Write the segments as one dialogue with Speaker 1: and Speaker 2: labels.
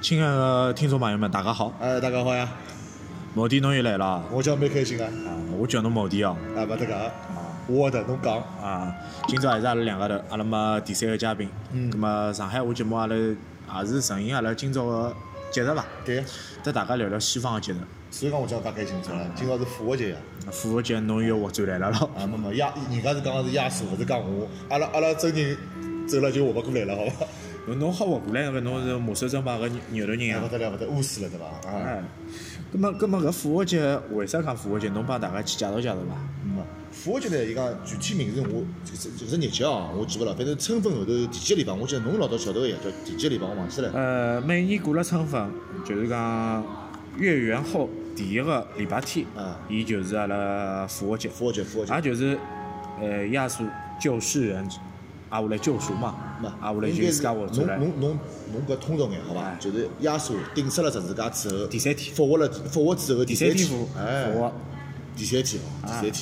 Speaker 1: 亲爱的听众朋友们，大家好！
Speaker 2: 哎，大家好呀，
Speaker 1: 毛弟侬又来了啊！
Speaker 2: 我叫蛮开心啊，
Speaker 1: 我叫侬毛弟哦
Speaker 2: 啊，勿搭界，我的侬讲，
Speaker 1: 啊！今朝还是阿拉两个头，阿拉么第三个嘉宾。
Speaker 2: 嗯
Speaker 1: 咁么上海话节目阿拉也是顺应阿拉今朝个节日吧，
Speaker 2: 对，
Speaker 1: 跟大家聊聊西方个节日。
Speaker 2: 所以讲我讲介开心出来，今朝是复活节呀，
Speaker 1: 复活节侬又活转来了咯。
Speaker 2: 啊，没没亚，人家是讲的是亚叔，勿是讲我，阿拉阿拉真人走了就活勿过来了，好伐？
Speaker 1: 侬侬好活过来个，侬是马首正派个牛头人
Speaker 2: 勿
Speaker 1: 啊！
Speaker 2: 得了，勿得了饿死了对伐？啊，
Speaker 1: 哎，咁么咁么搿复活节为啥讲复活节？侬帮大家去介绍介绍伐？
Speaker 2: 嗯啊，复活节呢，伊讲具体名字我就是就是日节哦，我记勿了，反正春分后头第几个礼拜，我记得侬老早晓得个呀，叫第几个礼拜我忘记了，
Speaker 1: 呃，每年过了春分，就是讲月圆后第一个礼拜天，
Speaker 2: 啊，
Speaker 1: 伊就是阿拉复活节，
Speaker 2: 复活节复活节，
Speaker 1: 也就是呃耶稣救世人，阿下来救赎嘛，阿啊下来
Speaker 2: 应
Speaker 1: 就
Speaker 2: 该
Speaker 1: 自
Speaker 2: 是
Speaker 1: 家活出
Speaker 2: 侬
Speaker 1: 来。
Speaker 2: 侬侬侬搿通俗眼好伐
Speaker 1: 哎？
Speaker 2: 就是耶稣钉死了十字架之后，
Speaker 1: 第三天
Speaker 2: 复活了，复活之后
Speaker 1: 第
Speaker 2: 三
Speaker 1: 三天啊复
Speaker 2: 哎
Speaker 1: 复，活，
Speaker 2: 第三天哦，第
Speaker 1: 啊
Speaker 2: 三天。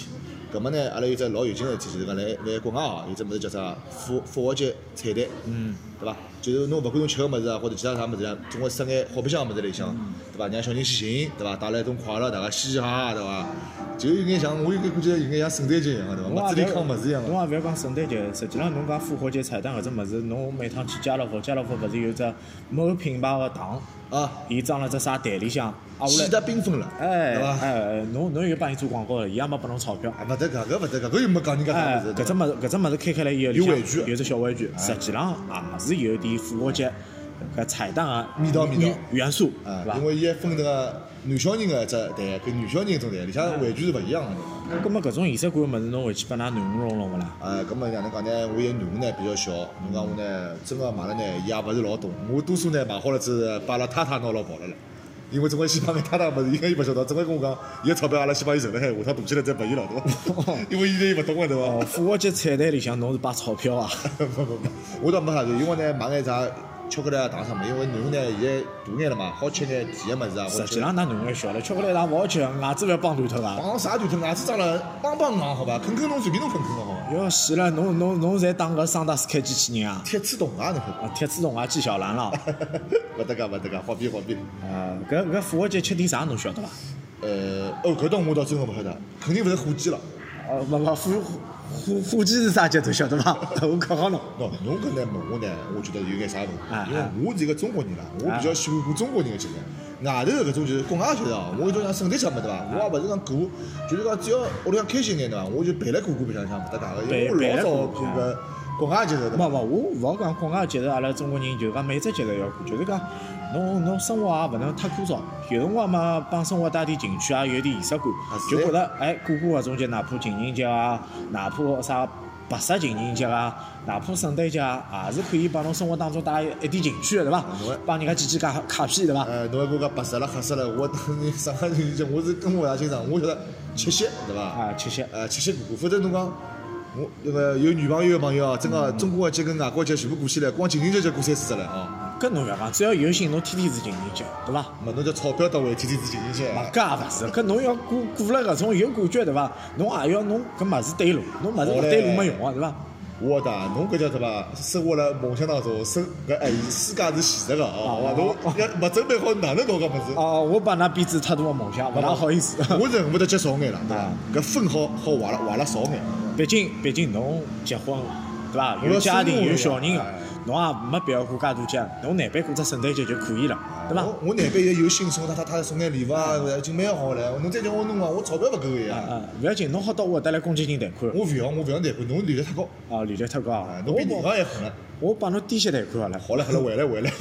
Speaker 2: 搿么呢，阿拉有只老有劲个事体，就是讲来来国外哦，有只物事叫啥复复活节彩蛋，
Speaker 1: 嗯，
Speaker 2: 对伐？就是侬勿管侬吃个物事啊，或者其他啥物事啊，总归塞眼好白相个物事里向，
Speaker 1: 嗯
Speaker 2: 对伐？让小人去寻，对伐？带来一种快乐，大家嘻嘻哈哈，对伐？就有眼像我有眼估计有眼像圣诞节一样个，对伐？
Speaker 1: 侬
Speaker 2: 物
Speaker 1: 也
Speaker 2: 资
Speaker 1: 不
Speaker 2: 里
Speaker 1: 要
Speaker 2: 扛物事一样啊个，
Speaker 1: 侬也勿要讲圣诞节，实际浪侬讲复活节彩蛋搿只物事，侬每趟去家乐福，家乐福勿是有只某品牌个糖，
Speaker 2: 啊，
Speaker 1: 伊装了只啥袋里向，阿下
Speaker 2: 喜
Speaker 1: 啊来，
Speaker 2: 得缤纷了，
Speaker 1: 哎
Speaker 2: 对伐？
Speaker 1: 哎，侬侬又帮伊做广告了，伊也没拨侬钞票。
Speaker 2: 啊，勿得搿搿勿得搿搿又没讲人家啥
Speaker 1: 哎
Speaker 2: 物事，，
Speaker 1: 搿只物事搿只物事开开来以后，里
Speaker 2: 有
Speaker 1: 向
Speaker 2: 玩具
Speaker 1: 有哎只小玩具，实际浪也是有点复活节搿彩蛋啊
Speaker 2: 味道味道
Speaker 1: 元元素，
Speaker 2: 啊
Speaker 1: 是，伐
Speaker 2: 因？为伊还分那个男小人个只蛋跟女小人种蛋，里向玩具是勿一样个。
Speaker 1: 葛末搿种仪式感个物事，侬回去拨㑚囡恩弄弄勿啦？
Speaker 2: 啊，咁么哪能讲呢？我有囡恩呢比较小，侬讲我呢，真个买了呢，伊也勿是老懂。我多数呢买好了之后，把阿拉太太拿牢跑了了。因为总归先帮伊太太物事，伊伊勿晓得，总归跟我讲，伊个钞票阿拉先帮伊存了海，下趟大起来再拨伊了，对 伐？因为现在伊勿懂啊个，对伐？
Speaker 1: 哦，复活节彩蛋里向侬是摆钞票啊？
Speaker 2: 不不不， 我倒没啥子，因为呢买眼啥巧克力啊糖啥么，因为囡恩呢现在大眼了嘛，好吃眼甜个物事啊，或
Speaker 1: 实
Speaker 2: 者
Speaker 1: 际浪㑚囡恩还小了，巧克力糖勿好吃，牙齿勿要帮断脱啊！
Speaker 2: 帮啥团体牙齿长了帮帮硬啊好伐？啃啃侬随便侬啃啃个好伐？
Speaker 1: 哟，死了，侬侬侬侪当搿桑达斯开机器人啊？
Speaker 2: 铁齿铜牙侬看，
Speaker 1: 啊，铁齿铜牙纪晓 岚了。
Speaker 2: 勿搭界勿搭界，好比好比。
Speaker 1: 呃，搿搿复活节吃点啥侬晓得伐？
Speaker 2: 呃，哦，搿档我倒真个勿晓得，肯定勿是火鸡了。
Speaker 1: 哦，勿勿，火火火鸡是啥节侬晓得伐？ 我考考侬。
Speaker 2: 喏，侬搿能问我呢，我觉得有眼啥问
Speaker 1: 啊
Speaker 2: 题，因为我是一个中国人啦，啊我比
Speaker 1: 哎
Speaker 2: 较喜欢过中国人个节日。外头搿种就是国外晓得哦，我有种像圣诞节么对伐？
Speaker 1: 哎
Speaker 2: 我也勿是讲过，就是讲只要屋里向开心眼对伐？我就陪来过过白相相，勿搭界个，因为我
Speaker 1: 陪
Speaker 2: 老
Speaker 1: 陪来
Speaker 2: 早
Speaker 1: 过
Speaker 2: 过搿国外节日对
Speaker 1: 没
Speaker 2: 伐？
Speaker 1: 没，我勿好讲国外节日，阿拉中国人就讲每只节日要过，就是讲侬侬生活也勿能太枯燥，有辰光嘛帮生活带点情趣啊，有点仪式感
Speaker 2: 是，
Speaker 1: 就
Speaker 2: 的
Speaker 1: 觉得哎过过搿种节，哪怕情人节啊，哪怕啥白色情人节啊，哪怕圣诞节啊，也是可以帮侬生活当中带一点情趣的，对伐
Speaker 2: 侬还？
Speaker 1: 帮人家几几卡卡片，对伐？
Speaker 2: 呃，侬还跟我讲白色了、黑色了，我当时上海人就我是跟我爷经常，我晓得七夕对伐？
Speaker 1: 啊，吃些。
Speaker 2: 呃，七夕过过，否则侬讲我那个有女朋友的朋友哦，真个中国的节跟外国的节全部过起来，光情人节就过三四只了哦。
Speaker 1: 搿侬勿要讲，只要有心，侬天天是情人节，对伐？
Speaker 2: 嘛，侬叫钞票到位，天天是情人节。
Speaker 1: 嘛，搿也勿是，搿侬要过过了搿种有感觉对伐？侬也要侬搿物事对路，侬物事勿对路没用啊个对伐？
Speaker 2: 我的，侬搿叫什么？生活辣梦想当中，生搿哎，世界是现实个哦。侬要勿准备好，哪能搞搿物事？
Speaker 1: 哦，我帮㑚编制太多个梦想，勿大好意思。
Speaker 2: 我是恨不得接少眼了，对
Speaker 1: 啊
Speaker 2: 伐？搿分好好坏了，坏了少眼。
Speaker 1: 毕竟毕竟侬结婚对伐？
Speaker 2: 我
Speaker 1: 有
Speaker 2: 要
Speaker 1: 家
Speaker 2: 生
Speaker 1: 庭
Speaker 2: 活
Speaker 1: 有小人个啊
Speaker 2: 哎，
Speaker 1: 侬也没必要过介大节，侬难办过只圣诞节就可以了，对伐？
Speaker 2: 我我难边现在有心送他，他他送眼礼物啊，已经蛮好了。侬再叫我弄啊，我钞票勿够个呀。
Speaker 1: 呃，勿要紧，侬好到我搿搭来攻击性谈款。
Speaker 2: 我勿要，我勿要难过，侬利率太高，
Speaker 1: 哦，利率太高
Speaker 2: 啊
Speaker 1: 啊，
Speaker 2: 侬
Speaker 1: 我
Speaker 2: 比人家
Speaker 1: 帮
Speaker 2: 还狠了。
Speaker 1: 我帮侬低些谈 款好了。
Speaker 2: 好了好了，回来回来。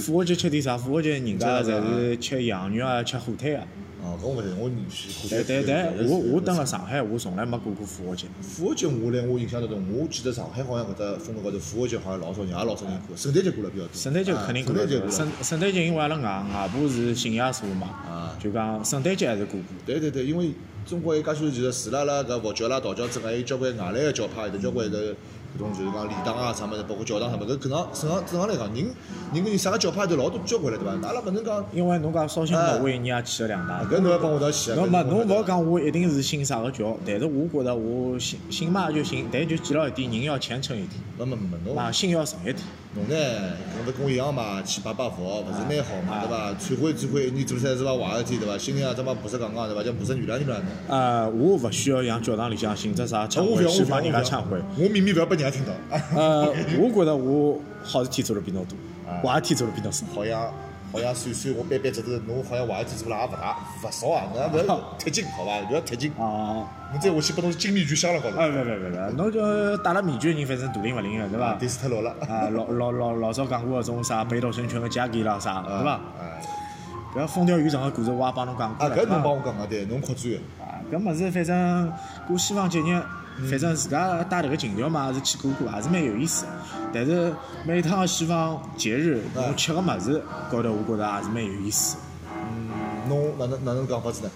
Speaker 1: 复活节吃点啥？复活节人家
Speaker 2: 这
Speaker 1: 侪
Speaker 2: 样子啊
Speaker 1: 是吃羊肉啊，吃火腿啊。
Speaker 2: 哦，搿我勿是，我女婿。
Speaker 1: 但但但，我我等了上海，我从来没过过复活节。
Speaker 2: 复活节，我来我印象当中，我记得上海好像搿只风格高头，复活节好像老少人也老少人过，圣诞节过了比较多。
Speaker 1: 圣诞节肯定过
Speaker 2: 啊
Speaker 1: 得
Speaker 2: 圣
Speaker 1: 了，
Speaker 2: 诞节过了
Speaker 1: 圣圣诞节因为阿拉外外婆是信耶稣嘛，
Speaker 2: 啊，
Speaker 1: 就讲圣诞节还是过过。
Speaker 2: 对对对，因为中国有介许多就是除了阿拉搿佛教啦、道教之外，还有交关外来个教派，有交关搿搿种就是讲礼堂啊啥物事，包括教堂啥物事。搿正常正常正常来讲，人人跟人啥个教派都老多交关了，对伐？阿拉勿能讲，
Speaker 1: 因为侬讲绍兴
Speaker 2: 哎
Speaker 1: 老我一年也去了两趟。
Speaker 2: 搿侬要帮我到去啊。
Speaker 1: 侬
Speaker 2: 搿
Speaker 1: 没侬勿
Speaker 2: 要
Speaker 1: 好讲我一定是信啥个教，但是我觉着我信信嘛就信，但就记牢一点，人要虔诚一点，
Speaker 2: 没没没没侬
Speaker 1: 啊，心要诚一点。
Speaker 2: 侬呢，搿勿跟我一样嘛，去拜拜佛，勿是蛮好嘛，对
Speaker 1: 啊
Speaker 2: 伐？忏悔忏悔，一年做出来是伐坏事体，对伐？心里啊向这么菩萨讲讲，对伐？叫菩萨原谅你们了呢。
Speaker 1: 呃，我勿需要像教堂里向寻只啥
Speaker 2: 啊
Speaker 1: 忏
Speaker 2: 我勿
Speaker 1: 悔
Speaker 2: 要，我
Speaker 1: 去
Speaker 2: 勿要，
Speaker 1: 帮人
Speaker 2: 我
Speaker 1: 家
Speaker 2: 勿
Speaker 1: 忏
Speaker 2: 要
Speaker 1: 悔。。
Speaker 2: 我秘密勿要被人家听到。啊
Speaker 1: 呃，我觉着我好事体做了比侬多，
Speaker 2: 啊
Speaker 1: 坏事体做了比侬少。
Speaker 2: 好像好像算算，我掰掰折头，侬好像坏事体做了也勿大勿少啊，侬勿要贴金好伐？勿要贴金，
Speaker 1: 哦，
Speaker 2: 侬再下去拨侬金面具镶了高头，
Speaker 1: 啊，勿勿勿勿，侬就戴了面具的人，反正大灵勿灵个，对伐？
Speaker 2: 电视太老了，
Speaker 1: 啊，老老老老早讲过搿种啥北斗神拳个加给啦啥，对伐？
Speaker 2: 哎
Speaker 1: 搿《风调雨顺》个故事我也帮侬讲过
Speaker 2: 啊，
Speaker 1: 了，
Speaker 2: 搿
Speaker 1: 对
Speaker 2: 侬
Speaker 1: 伐
Speaker 2: 帮我讲讲对，侬扩展，
Speaker 1: 啊，搿物事反正过西方节日，反正自家带迭个情调嘛，也是去过过，也是蛮有意思。但是每趟个西方节日，
Speaker 2: 哎
Speaker 1: 我吃个物事高头，我觉着也是蛮有意思。
Speaker 2: 侬哪能哪能讲法子呢？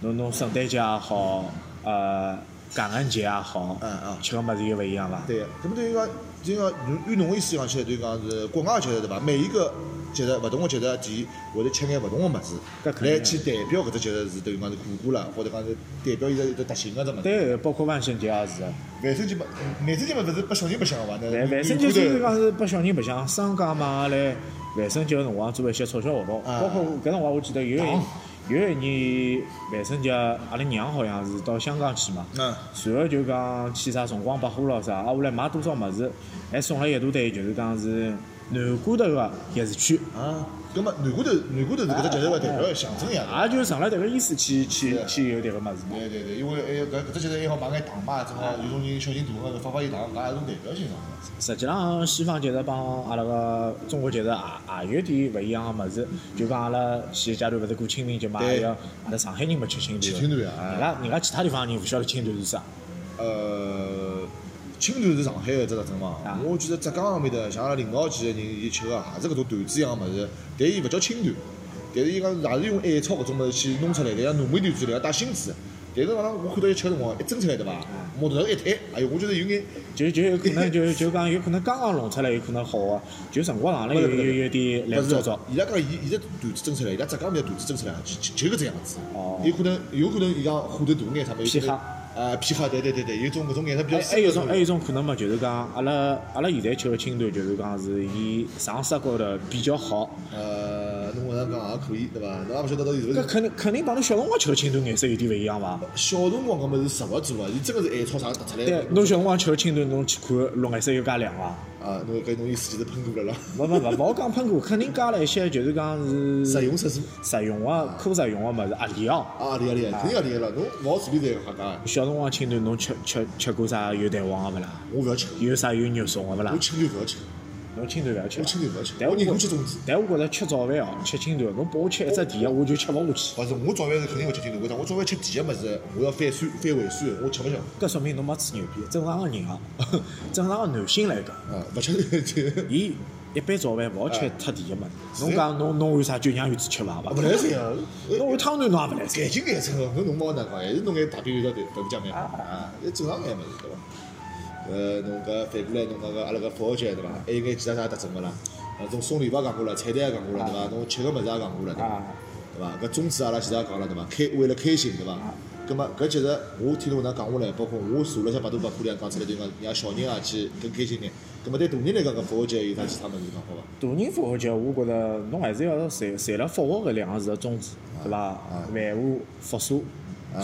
Speaker 1: 侬侬圣诞节也好，呃，感恩节也好
Speaker 2: 嗯嗯，
Speaker 1: 吃个物事又勿一样伐？
Speaker 2: 对个，搿么等于讲，就讲按侬个意思讲起来，就讲是国外的节日对伐？每一个节日，勿同个节日地会得吃眼勿同个物事
Speaker 1: 搿，肯定
Speaker 2: 来
Speaker 1: 的
Speaker 2: 去代表搿只节日是等于讲是古古啦，或者讲是代表伊个一个特性个只物事。
Speaker 1: 对，包括万圣节也是。啊
Speaker 2: 万圣节嘛，万圣节嘛，勿是拨小人白相个伐？那
Speaker 1: 万万圣节就是讲是拨小人白相，商家嘛也来万圣节个辰光做一些促销活动，
Speaker 2: 啊哦
Speaker 1: 包括搿辰光我记得有一
Speaker 2: 糖
Speaker 1: 有一年万圣节，阿拉娘好像是到香港去嘛，
Speaker 2: 嗯
Speaker 1: 随后就讲去啥辰光百货咯啥，啊我来买多少物事，还送了一大堆，就是讲是南瓜头个夜市区，
Speaker 2: 啊，葛么南瓜头，南瓜头是搿只节日个代表象征一样的。
Speaker 1: 也就顺了迭个意思去去
Speaker 2: 是
Speaker 1: 去有迭个物事嘛。
Speaker 2: 对对对，因为还有搿搿只节日还好买眼糖嘛，正好有种人小人大个发发伊糖，搿也是种代表性个。
Speaker 1: 实际浪西方节日帮阿拉个中国节日也啊也有点勿一样个物事，就讲阿拉前一阶段勿是过清明节嘛，
Speaker 2: 对
Speaker 1: 还要阿拉上海人没吃清
Speaker 2: 吃
Speaker 1: 团，
Speaker 2: 青团啊
Speaker 1: 人家人家其他地方人勿晓得清团是啥，
Speaker 2: 呃，青团是上海个只特征嘛
Speaker 1: 啊。
Speaker 2: 我记得浙江上面的，像阿拉临洮几个人，伊啊吃个也是搿种团子一样个物事，但伊勿叫青团，但是伊讲也是用艾草搿种物事去弄出来的，像糯米团子里向带芯子。但是讲我看到伊吃个辰光，一蒸出来对伐？
Speaker 1: 啊
Speaker 2: 摸头一推，哎哟，我觉得有眼
Speaker 1: 就就有可能 就就讲有可能刚刚弄出来，有可能好个，就辰光长了
Speaker 2: 不
Speaker 1: 有
Speaker 2: 是不是
Speaker 1: 有有点来
Speaker 2: 勿是
Speaker 1: 糟糟。，
Speaker 2: 伊拉讲伊伊只团子蒸出来，伊拉浙江面的团子蒸出来就就就是这样子
Speaker 1: 哦，
Speaker 2: 有可能有可能伊讲火头大眼啥么，有可能
Speaker 1: 偏黑
Speaker 2: 啊偏黑，对对对对，有种搿种颜色比较
Speaker 1: 还
Speaker 2: 深
Speaker 1: 哎还有
Speaker 2: 的
Speaker 1: 种
Speaker 2: 那
Speaker 1: 还有种可能嘛，就是讲阿拉阿拉现在吃个青团，就是讲是伊上色高头比较好，
Speaker 2: 呃，侬搿能讲也可以对伐？侬也勿晓得到底是勿
Speaker 1: 哎搿
Speaker 2: 是
Speaker 1: 肯定肯定帮侬小辰光吃个青团颜色有点勿一样伐？
Speaker 2: 小辰光搿么是实物做啊，伊真个是艾草啥凸出来
Speaker 1: 对
Speaker 2: 的，
Speaker 1: 侬小辰光吃个青团，侬去看绿颜色有介亮伐？
Speaker 2: 啊，侬搿侬意思就是喷过了啦，
Speaker 1: 勿勿勿，勿好讲喷过，肯定加了一些，就是讲是
Speaker 2: 实用色素
Speaker 1: 实用个、可实用个物事啊，里哦。
Speaker 2: 啊，厉害厉害，肯定要厉害了，侬勿好处理这个瞎讲，
Speaker 1: 小辰光青团，侬吃吃吃过啥有蛋黄个勿啦？
Speaker 2: 我勿要吃，
Speaker 1: 有啥有肉松个勿啦
Speaker 2: 我？青团勿要吃，
Speaker 1: 侬青团勿要吃
Speaker 2: 我。青团勿要吃，
Speaker 1: 但
Speaker 2: 我
Speaker 1: 我
Speaker 2: 宁可
Speaker 1: 觉
Speaker 2: 吃粽子。
Speaker 1: 但我觉着吃早饭哦，吃青团，侬拨我吃一只甜个，我就吃勿下去。
Speaker 2: 勿是，我早饭是肯定会吃青团，为啥？我早饭吃甜个物事，我要翻酸翻胃酸，我吃勿消。
Speaker 1: 搿说明侬没吹牛逼。正常个人啊， 正常个男性来讲，
Speaker 2: 啊，勿吃这 个，
Speaker 1: 伊一般早饭勿好吃太甜个物事。侬
Speaker 2: 啊是
Speaker 1: 讲侬侬有啥九酿鱼子吃伐？
Speaker 2: 勿来三啊！
Speaker 1: 侬有汤圆侬 也勿来塞。
Speaker 2: 眼睛眼睛，搿侬猫哪讲？还是侬眼大便有条对对不讲眼啊？也正常眼物事对伐？呃，侬搿反过来侬讲搿阿拉搿复活节对伐？还有眼其他啥特征勿啦？啊，种送礼拜讲过了，彩蛋也讲过了对伐？侬吃个物事也讲过了对伐
Speaker 1: 啊？
Speaker 2: 对伐？搿粽子阿拉前头也讲了对伐？开为了开心对伐？葛末搿节日我听侬搿能讲下来，包括我查了一下百度百科里向讲出来，就讲让小人也去更开心眼。葛末对大人来讲，搿复活节有啥其他物事讲法伐？
Speaker 1: 大人复活节，我觉着侬还是要赚赚了复活搿两个字的宗旨，
Speaker 2: 啊
Speaker 1: 对伐？万物复苏、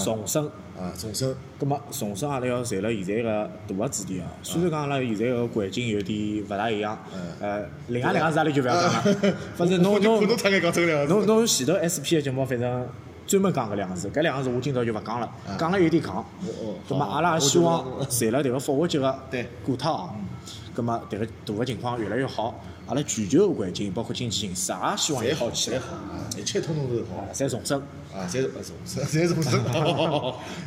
Speaker 1: 重生。
Speaker 2: 啊，众生
Speaker 1: 葛末重生阿拉要赚了现在个大个主题哦。
Speaker 2: 啊
Speaker 1: 虽然讲阿拉现在个环境有点勿大一样，呃，另外两个啥里就勿要讲了。反正
Speaker 2: 啊我
Speaker 1: 侬
Speaker 2: 就看
Speaker 1: 侬
Speaker 2: 侬太爱讲这个两个字。
Speaker 1: 侬侬前头 SP 个节目，反正专门讲搿两个字，搿两个字我今朝就勿讲了，讲了有点戆。
Speaker 2: 嗯哦
Speaker 1: 葛末
Speaker 2: 好
Speaker 1: 阿拉也
Speaker 2: 我
Speaker 1: 希
Speaker 2: 就
Speaker 1: 望
Speaker 2: 是
Speaker 1: 随了迭个复活节个
Speaker 2: 对嗯
Speaker 1: 过脱哦，葛末迭个大个情况越来越好，阿拉全球个环境包括经济形势也希望
Speaker 2: 侪
Speaker 1: 也
Speaker 2: 好
Speaker 1: 好起
Speaker 2: 起
Speaker 1: 来
Speaker 2: 来，好，啊一切通通都是好
Speaker 1: 侪重生。
Speaker 2: 啊，侪是重 生，侪重生，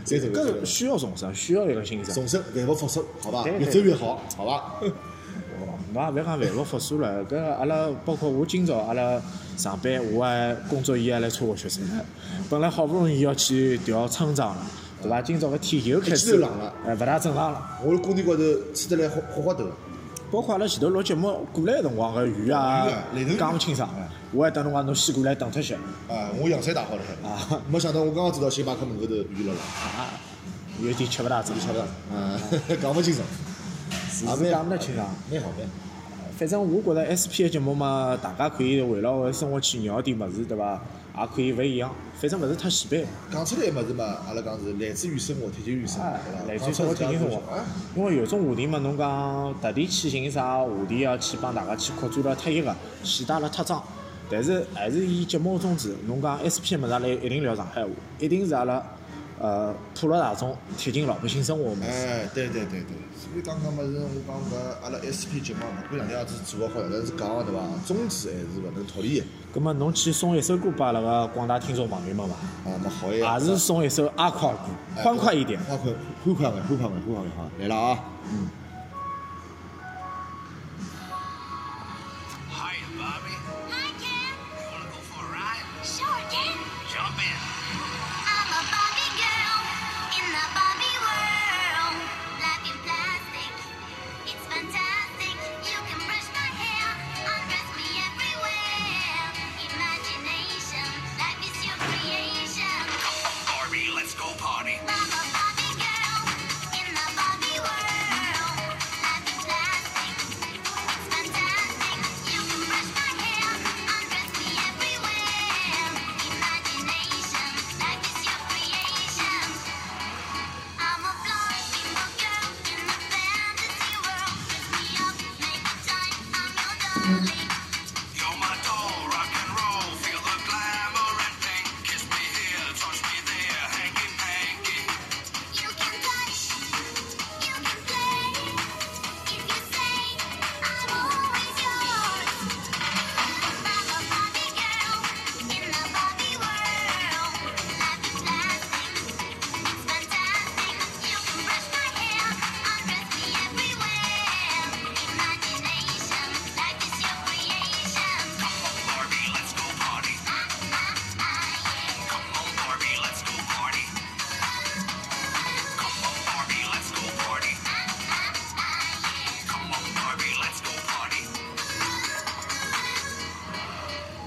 Speaker 2: 侪重
Speaker 1: 搿是
Speaker 2: 生，
Speaker 1: 需要重生，需要一个新生。
Speaker 2: 重生，万物复苏，好吧，
Speaker 1: 对
Speaker 2: 越
Speaker 1: 对
Speaker 2: 走越好，好吧。
Speaker 1: 侬也勿要讲万物复苏了，搿阿拉包括我今朝阿拉上班，我还工作伊还来催我学生，本来好不容易要去调村长了，对伐？今朝个天又开
Speaker 2: 一记头
Speaker 1: 始
Speaker 2: 冷了，
Speaker 1: 哎，勿大正常了。
Speaker 2: 我工地高头吹得来花花花头，
Speaker 1: 包括阿拉前头录节目过来个辰光，搿雨
Speaker 2: 雨
Speaker 1: 啊
Speaker 2: 啊雷头雨
Speaker 1: 讲勿清爽
Speaker 2: 哎。
Speaker 1: 我还等侬讲侬先过来等脱歇，
Speaker 2: 啊，我阳伞打好了，
Speaker 1: 啊，
Speaker 2: 没想到我刚刚走到星巴克门口头雨落了，
Speaker 1: 啊，有点吃勿大准
Speaker 2: 你。晓不晓得？啊，讲不清爽，
Speaker 1: 是
Speaker 2: 啊
Speaker 1: 是讲勿大清爽。
Speaker 2: 蛮好蛮好。
Speaker 1: 反正我觉着 S P 个节目嘛，大家可以围绕个生活去聊点物事，对伐？也可以勿一样，反正勿是太死板。
Speaker 2: 讲出来个物事嘛，阿拉讲是来自于生活，贴近于生活，对
Speaker 1: 啊
Speaker 2: 伐？
Speaker 1: 来自于生活贴近生活
Speaker 2: 啊，
Speaker 1: 因为有种话题嘛，侬讲特地去寻啥话题啊，去帮大家去扩展了太一个，显得阿拉太脏。但是还是以节目宗旨，侬讲 S P 个物事，阿拉啊一定聊上海话，一定是阿拉呃普罗大众贴近老百姓生活个物事。
Speaker 2: 哎，对对对对，所以讲讲么子，我讲搿阿拉 SP 节目，勿管哪能样子做好，但是讲个对伐？宗旨还是勿能脱离个，
Speaker 1: 葛末侬去送一首歌拨阿拉个广大听众朋友们伐？
Speaker 2: 啊，么好
Speaker 1: 也
Speaker 2: 呀，
Speaker 1: 是送一首阿垮歌，欢快一点。
Speaker 2: 欢快，欢快点，欢快点，欢快点哈，来了啊！
Speaker 3: Hi, Bobby.
Speaker 4: Hi, Ken.
Speaker 3: You want to go for a ride?
Speaker 4: Sure, Ken.
Speaker 3: Jump in.
Speaker 4: I'm a Barbie girl in the Barbie world. Life in plastic, it's fantastic. You can brush my hair, undress me everywhere. Imagination, life is your creation.
Speaker 3: Barbie, let's go party.
Speaker 4: I'm a Barbie girl in the Barbie world. Life is plastic, it's fantastic. You can brush my hair, undress me everywhere. Imagination, life is your creation. I'm a blinding girl in the fantasy world. Dress me up, make me shine. I'm your darling.
Speaker 3: You're my doll, rock and roll. Feel the glamour and pink. Kiss me here, touch me there. Hanky panky.
Speaker 4: You can touch, you can play. If you say, I'm always yours. I'm a Barbie girl in the Barbie world. Life is plastic, it's fantastic. You can brush my hair, undress me everywhere. Imagination, life is your creation.
Speaker 3: Come on, Barbie, let's go party.
Speaker 4: Ah ah ah yeah.
Speaker 3: Come on, Barbie, let's go party. Come on, Barbie, let's go party. Come on, Barbie, let's go party.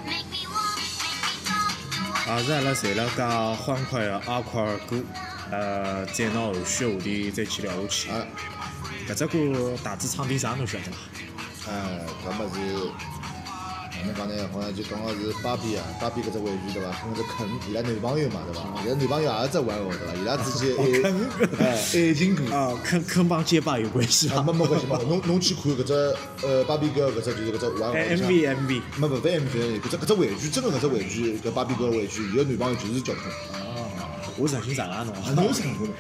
Speaker 4: Make me walk, make me talk, do
Speaker 1: 也
Speaker 4: what
Speaker 1: 是阿拉侪辣讲欢快的阿垮儿歌，呃，再拿后续话题再去聊下去。
Speaker 2: 啊，
Speaker 1: 搿只歌大致唱点啥侬晓得伐？
Speaker 2: 哎，搿么子，哪能讲呢？好像就讲个是芭比啊，芭比搿只玩具对伐？跟搿只肯，伊拉男朋友嘛对伐？伊拉男朋友也是只玩偶对伐？伊拉之间爱哎爱情故事。
Speaker 1: 啊，坑坑帮街霸有关系
Speaker 2: 啊，
Speaker 1: 伐
Speaker 2: 没没关系嘛，侬侬去看搿只呃芭比 girl 搿只就是搿只玩偶
Speaker 1: 哎
Speaker 2: 像
Speaker 1: ？MV MV
Speaker 2: 没勿勿 MV，搿只搿只玩具真个搿只玩具搿芭比 girl 玩具，伊个男朋友就是交通。
Speaker 1: 我诚心查查侬啊，
Speaker 2: 想过了？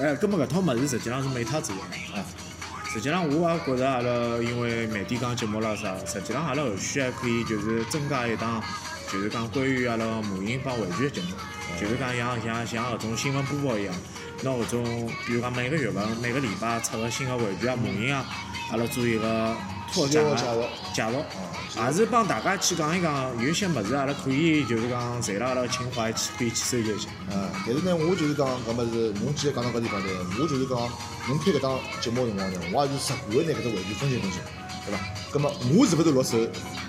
Speaker 1: 哎，搿么搿套物事实际上是美他做的。
Speaker 2: 啊，
Speaker 1: 实际上我也觉着阿拉因为慢点讲节目啦啥，实际上阿拉后续还可以就是增加一档，就是讲关于阿拉母婴帮玩具的节目，
Speaker 2: 哦
Speaker 1: 就是讲像像像搿种新闻播报一样，拿搿种比如讲每个月份每个礼拜出个新个玩具啊、母婴啊，阿拉做一个拓展啊个
Speaker 2: 介绍
Speaker 1: 介绍，也是帮大家去讲一讲，有一些物事阿拉可以就是讲随了阿拉情怀去可以去收集一下。
Speaker 2: 啊，但是呢，我就是讲搿物事，侬既然讲到搿地方呢，我就是讲侬开搿档节目个辰光呢，我也是实盘个拿搿只玩具分析分析，对伐？葛末我是勿是落手？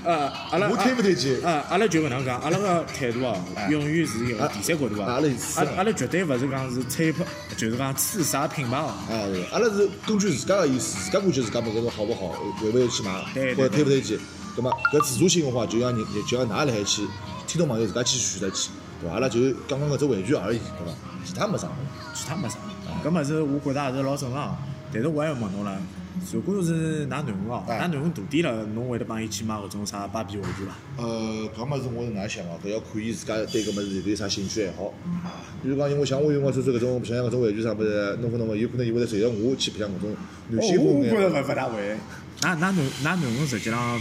Speaker 1: 呃，阿拉
Speaker 2: 我推不推荐
Speaker 1: 啊，阿拉就搿能讲，阿拉个态度哦，永远是一个第三角度
Speaker 2: 啊
Speaker 1: 啊。
Speaker 2: 阿拉是私
Speaker 1: 阿
Speaker 2: 人
Speaker 1: 阿拉绝对勿是讲是吹捧，就是讲吹啥品牌哦。
Speaker 2: 哎，对阿拉是根据自家个意思，自家感觉自家物事好不好，会不会去买，
Speaker 1: 对对
Speaker 2: 或者推
Speaker 1: 对
Speaker 2: 不推荐。葛末搿自主性个话，就要人，就要㑚来去听众朋友自家去选择去，对伐？阿拉就讲讲搿只玩具而已，对伐？其他没啥。
Speaker 1: 其他没啥。
Speaker 2: 哎
Speaker 1: 搿物事我觉着也是老正常，啊但是我还要问侬了，如果是㑚囡恩哦，㑚
Speaker 2: 哎
Speaker 1: 囡恩大点了，侬会得帮伊去买搿种啥芭比玩具伐？
Speaker 2: 呃，搿物事我是哪想哦，搿要看伊自家对搿物事有啥兴趣爱好。比如讲，因为像我有辰光做做搿种，像搿种玩具啥物事，弄分弄分，有可能伊会得随着我去白相搿种男性
Speaker 1: 哦
Speaker 2: 化眼
Speaker 1: 勿勿大会。㑚㑚囡㑚囡恩实际上，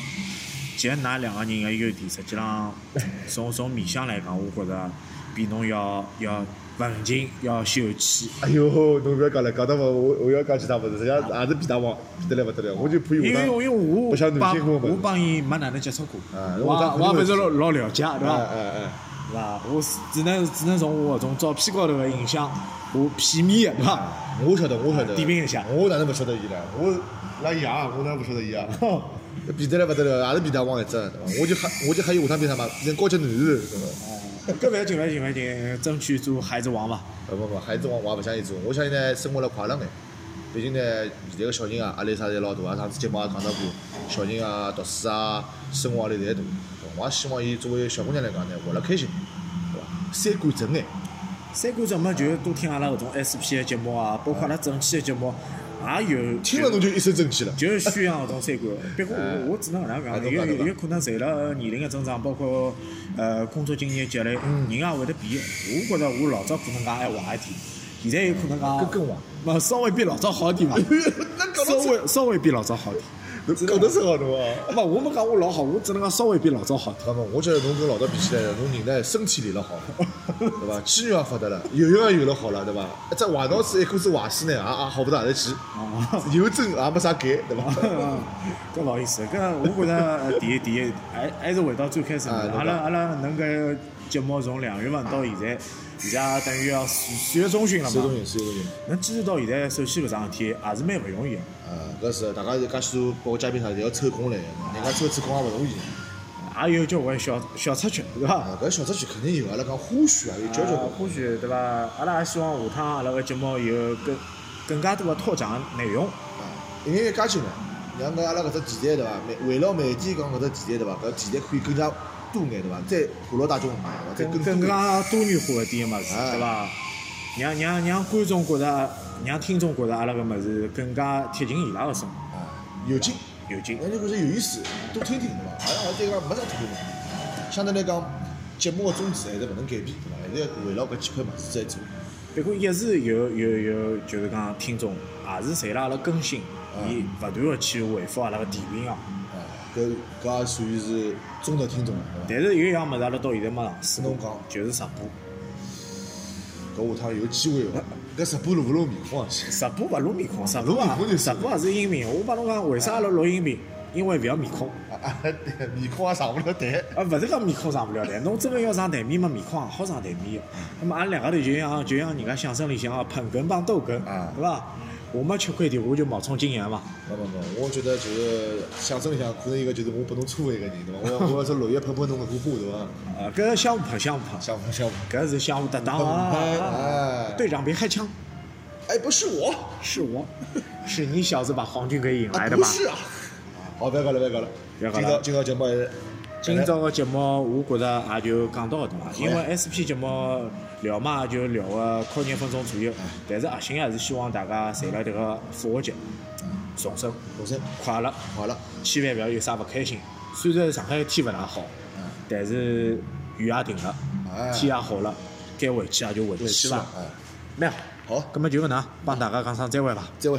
Speaker 1: 结合㑚两个人个优点，实际上从从面相来讲，我觉着比侬要要文静，要秀气。
Speaker 2: 哎哟，侬勿要讲了，讲到我我我要讲其他物事，实际上也是比大王，比得来勿得了，我就怕伊
Speaker 1: 因
Speaker 2: 下
Speaker 1: 为
Speaker 2: 趟
Speaker 1: 因为我
Speaker 2: 不像男
Speaker 1: 帮
Speaker 2: 性化
Speaker 1: 我
Speaker 2: 嘛。
Speaker 1: 帮伊没哪能接触过，
Speaker 2: 啊
Speaker 1: 我
Speaker 2: 我
Speaker 1: 也
Speaker 2: 当
Speaker 1: 我也
Speaker 2: 朋
Speaker 1: 勿
Speaker 2: 友
Speaker 1: 是老
Speaker 2: 是
Speaker 1: 老了解，对
Speaker 2: 哎
Speaker 1: 伐？
Speaker 2: 哎哎，
Speaker 1: 对伐？我是只能只能从我搿种照片高头个印象，我片面个对伐？
Speaker 2: 哎我晓得，我晓得。
Speaker 1: 点评一下
Speaker 2: 我哪能勿晓得伊呢？我拉爷，我哪能勿晓得伊啊？ 比得来勿得了，也是比大王一只，对伐我就吓，我就吓伊下趟变啥嘛，变成高级男士，对伐？
Speaker 1: 搿勿要紧，勿要紧，勿要紧，争取做孩子王伐？
Speaker 2: 呃不不，孩子王我也不想伊做，我相信呢，生活了快乐眼，毕竟呢，现在个小人啊，压力啥侪老大啊。上次节目也讲到过，小人啊，读书啊，生活压力侪大。我也希望伊作为小姑娘来讲呢，活了开心，对伐？三观正啊眼，
Speaker 1: 三观怎么就是多听阿拉搿种 SP 的节目啊，包括阿拉整期的节目，啊也有
Speaker 2: 听了侬就一身正气了。
Speaker 1: 就是宣扬搿种三观。不过我我只能搿能
Speaker 2: 哎
Speaker 1: 样
Speaker 2: 侬
Speaker 1: 讲，
Speaker 2: 讲侬
Speaker 1: 有
Speaker 2: 讲
Speaker 1: 有可能随了年龄的增长，包括呃工作经验积累，嗯人也会得变。我觉着我老早可能讲还坏一点，现在有可能讲
Speaker 2: 更更坏，
Speaker 1: 嘛稍微比老早好一点嘛，
Speaker 2: 那
Speaker 1: 稍微稍微比老早好一点。
Speaker 2: 侬搞得生好侬啊！
Speaker 1: 勿，我没讲我老好，我只能讲稍微比老早好点。
Speaker 2: 那么我觉得侬跟老早比起来，侬人呢身体练了好了，对伐？肌肉也发达了，游泳也游了好了，对伐？一只坏脑子，一股子坏水呢，也也好不到何里去，
Speaker 1: 啊
Speaker 2: 有症也没啥改，对伐？
Speaker 1: 嗯搿老意思，搿我觉着呃 第一第一，还还是回到最开始
Speaker 2: 啊
Speaker 1: 的，
Speaker 2: 对
Speaker 1: 阿拉
Speaker 2: 吧
Speaker 1: 阿拉能搿节目从两月份到现在，现在等于要四四月中旬了
Speaker 2: 是有
Speaker 1: 嘛
Speaker 2: 东，西，是有东西。
Speaker 1: 能坚持到现在，首先搿桩事体也是蛮勿容易的，
Speaker 2: 呃，搿是大家有介许多包括嘉宾啥，侪要抽空来的，人家抽次空也勿容易。
Speaker 1: 也有交关小小插曲，对伐？
Speaker 2: 啊，搿小插曲肯定有，阿拉讲花絮啊，有交交
Speaker 1: 啊
Speaker 2: 关
Speaker 1: 或许对伐？阿拉也希望下趟阿拉个节目有更更加多的拓展内容。
Speaker 2: 啊，因为一家亲呢，像搿阿拉搿只电台对伐？每围绕媒体讲搿只电台对伐？搿电台可以更加多眼对伐？再普罗大众嘛，对伐？
Speaker 1: 更
Speaker 2: 再
Speaker 1: 更
Speaker 2: 更多眼
Speaker 1: 加多元化一点个物事，
Speaker 2: 哎
Speaker 1: 对伐？让让让观众觉着，让听众觉着阿拉个物事更加贴近伊拉个生活，
Speaker 2: 啊，有劲。
Speaker 1: 有劲。
Speaker 2: 那就觉着有意思，多听听对伐？好像我这个没啥特别嘛。相对来讲，节目的宗旨还是勿能改变对伐？还是要围绕搿几块物事在做。
Speaker 1: 不过一直有有有，就是讲听众也是随了阿拉更新，伊勿断个去回复阿拉个点评啊。
Speaker 2: 啊，搿搿也属于是忠实听众了，对
Speaker 1: 但
Speaker 2: 伐？
Speaker 1: 是有一样物事阿拉到现在没尝试过
Speaker 2: 侬讲，
Speaker 1: 就是直播。
Speaker 2: 搿下趟有机会 哦，搿直播录勿录面孔啊？
Speaker 1: 直播勿录面孔，直播
Speaker 2: 录面
Speaker 1: 啊
Speaker 2: 孔就，
Speaker 1: 直
Speaker 2: 行
Speaker 1: 播也是音频。我帮侬讲，为啥阿拉录音频？因为勿要面孔。
Speaker 2: 啊，对，面孔也上不了台。
Speaker 1: 啊，勿是讲面孔上不了台，侬真个要上台面嘛，面孔也好上台面个。那么阿拉两个头就像就像人家相声里向个捧哏帮逗哏
Speaker 2: 啊，
Speaker 1: 对伐？我没吃亏的，我就冒充金岩嘛。
Speaker 2: 没没没，我觉得就是相声里向可能一个就是我拨侬错的一个人，对伐？我要我要是落叶喷喷侬搿股花，对伐？
Speaker 1: 啊，搿相互捧，相互捧，
Speaker 2: 相互相互
Speaker 1: 搿是相互搭档
Speaker 2: 捧喷，
Speaker 1: 啊。
Speaker 2: 哎，
Speaker 1: 队长别开枪，
Speaker 2: 哎，不是我，
Speaker 1: 是我， 是你小子把皇军给引
Speaker 2: 啊
Speaker 1: 来的
Speaker 2: 不
Speaker 1: 吧？
Speaker 2: 是啊。好，别搞了，别搞了。
Speaker 1: 不要搞
Speaker 2: 今
Speaker 1: 了
Speaker 2: 朝今朝节目还是
Speaker 1: 今朝个节目，我觉着也就讲到搿搭，因为 SP 节目聊嘛，也就聊个靠廿分钟左右。但是核心还是希望大家随了迭个复活节，重生
Speaker 2: 哎我先
Speaker 1: 快乐。
Speaker 2: 好了，
Speaker 1: 千万不要有啥勿开心。虽然上海天勿大好，但是雨也停了，
Speaker 2: 哎
Speaker 1: 天也好了，该回去也就回
Speaker 2: 回
Speaker 1: 去
Speaker 2: 去
Speaker 1: 吧
Speaker 2: 了，。哎，
Speaker 1: 蛮好，
Speaker 2: 好
Speaker 1: 葛末就搿能，帮大家讲声再会吧。
Speaker 2: 再会。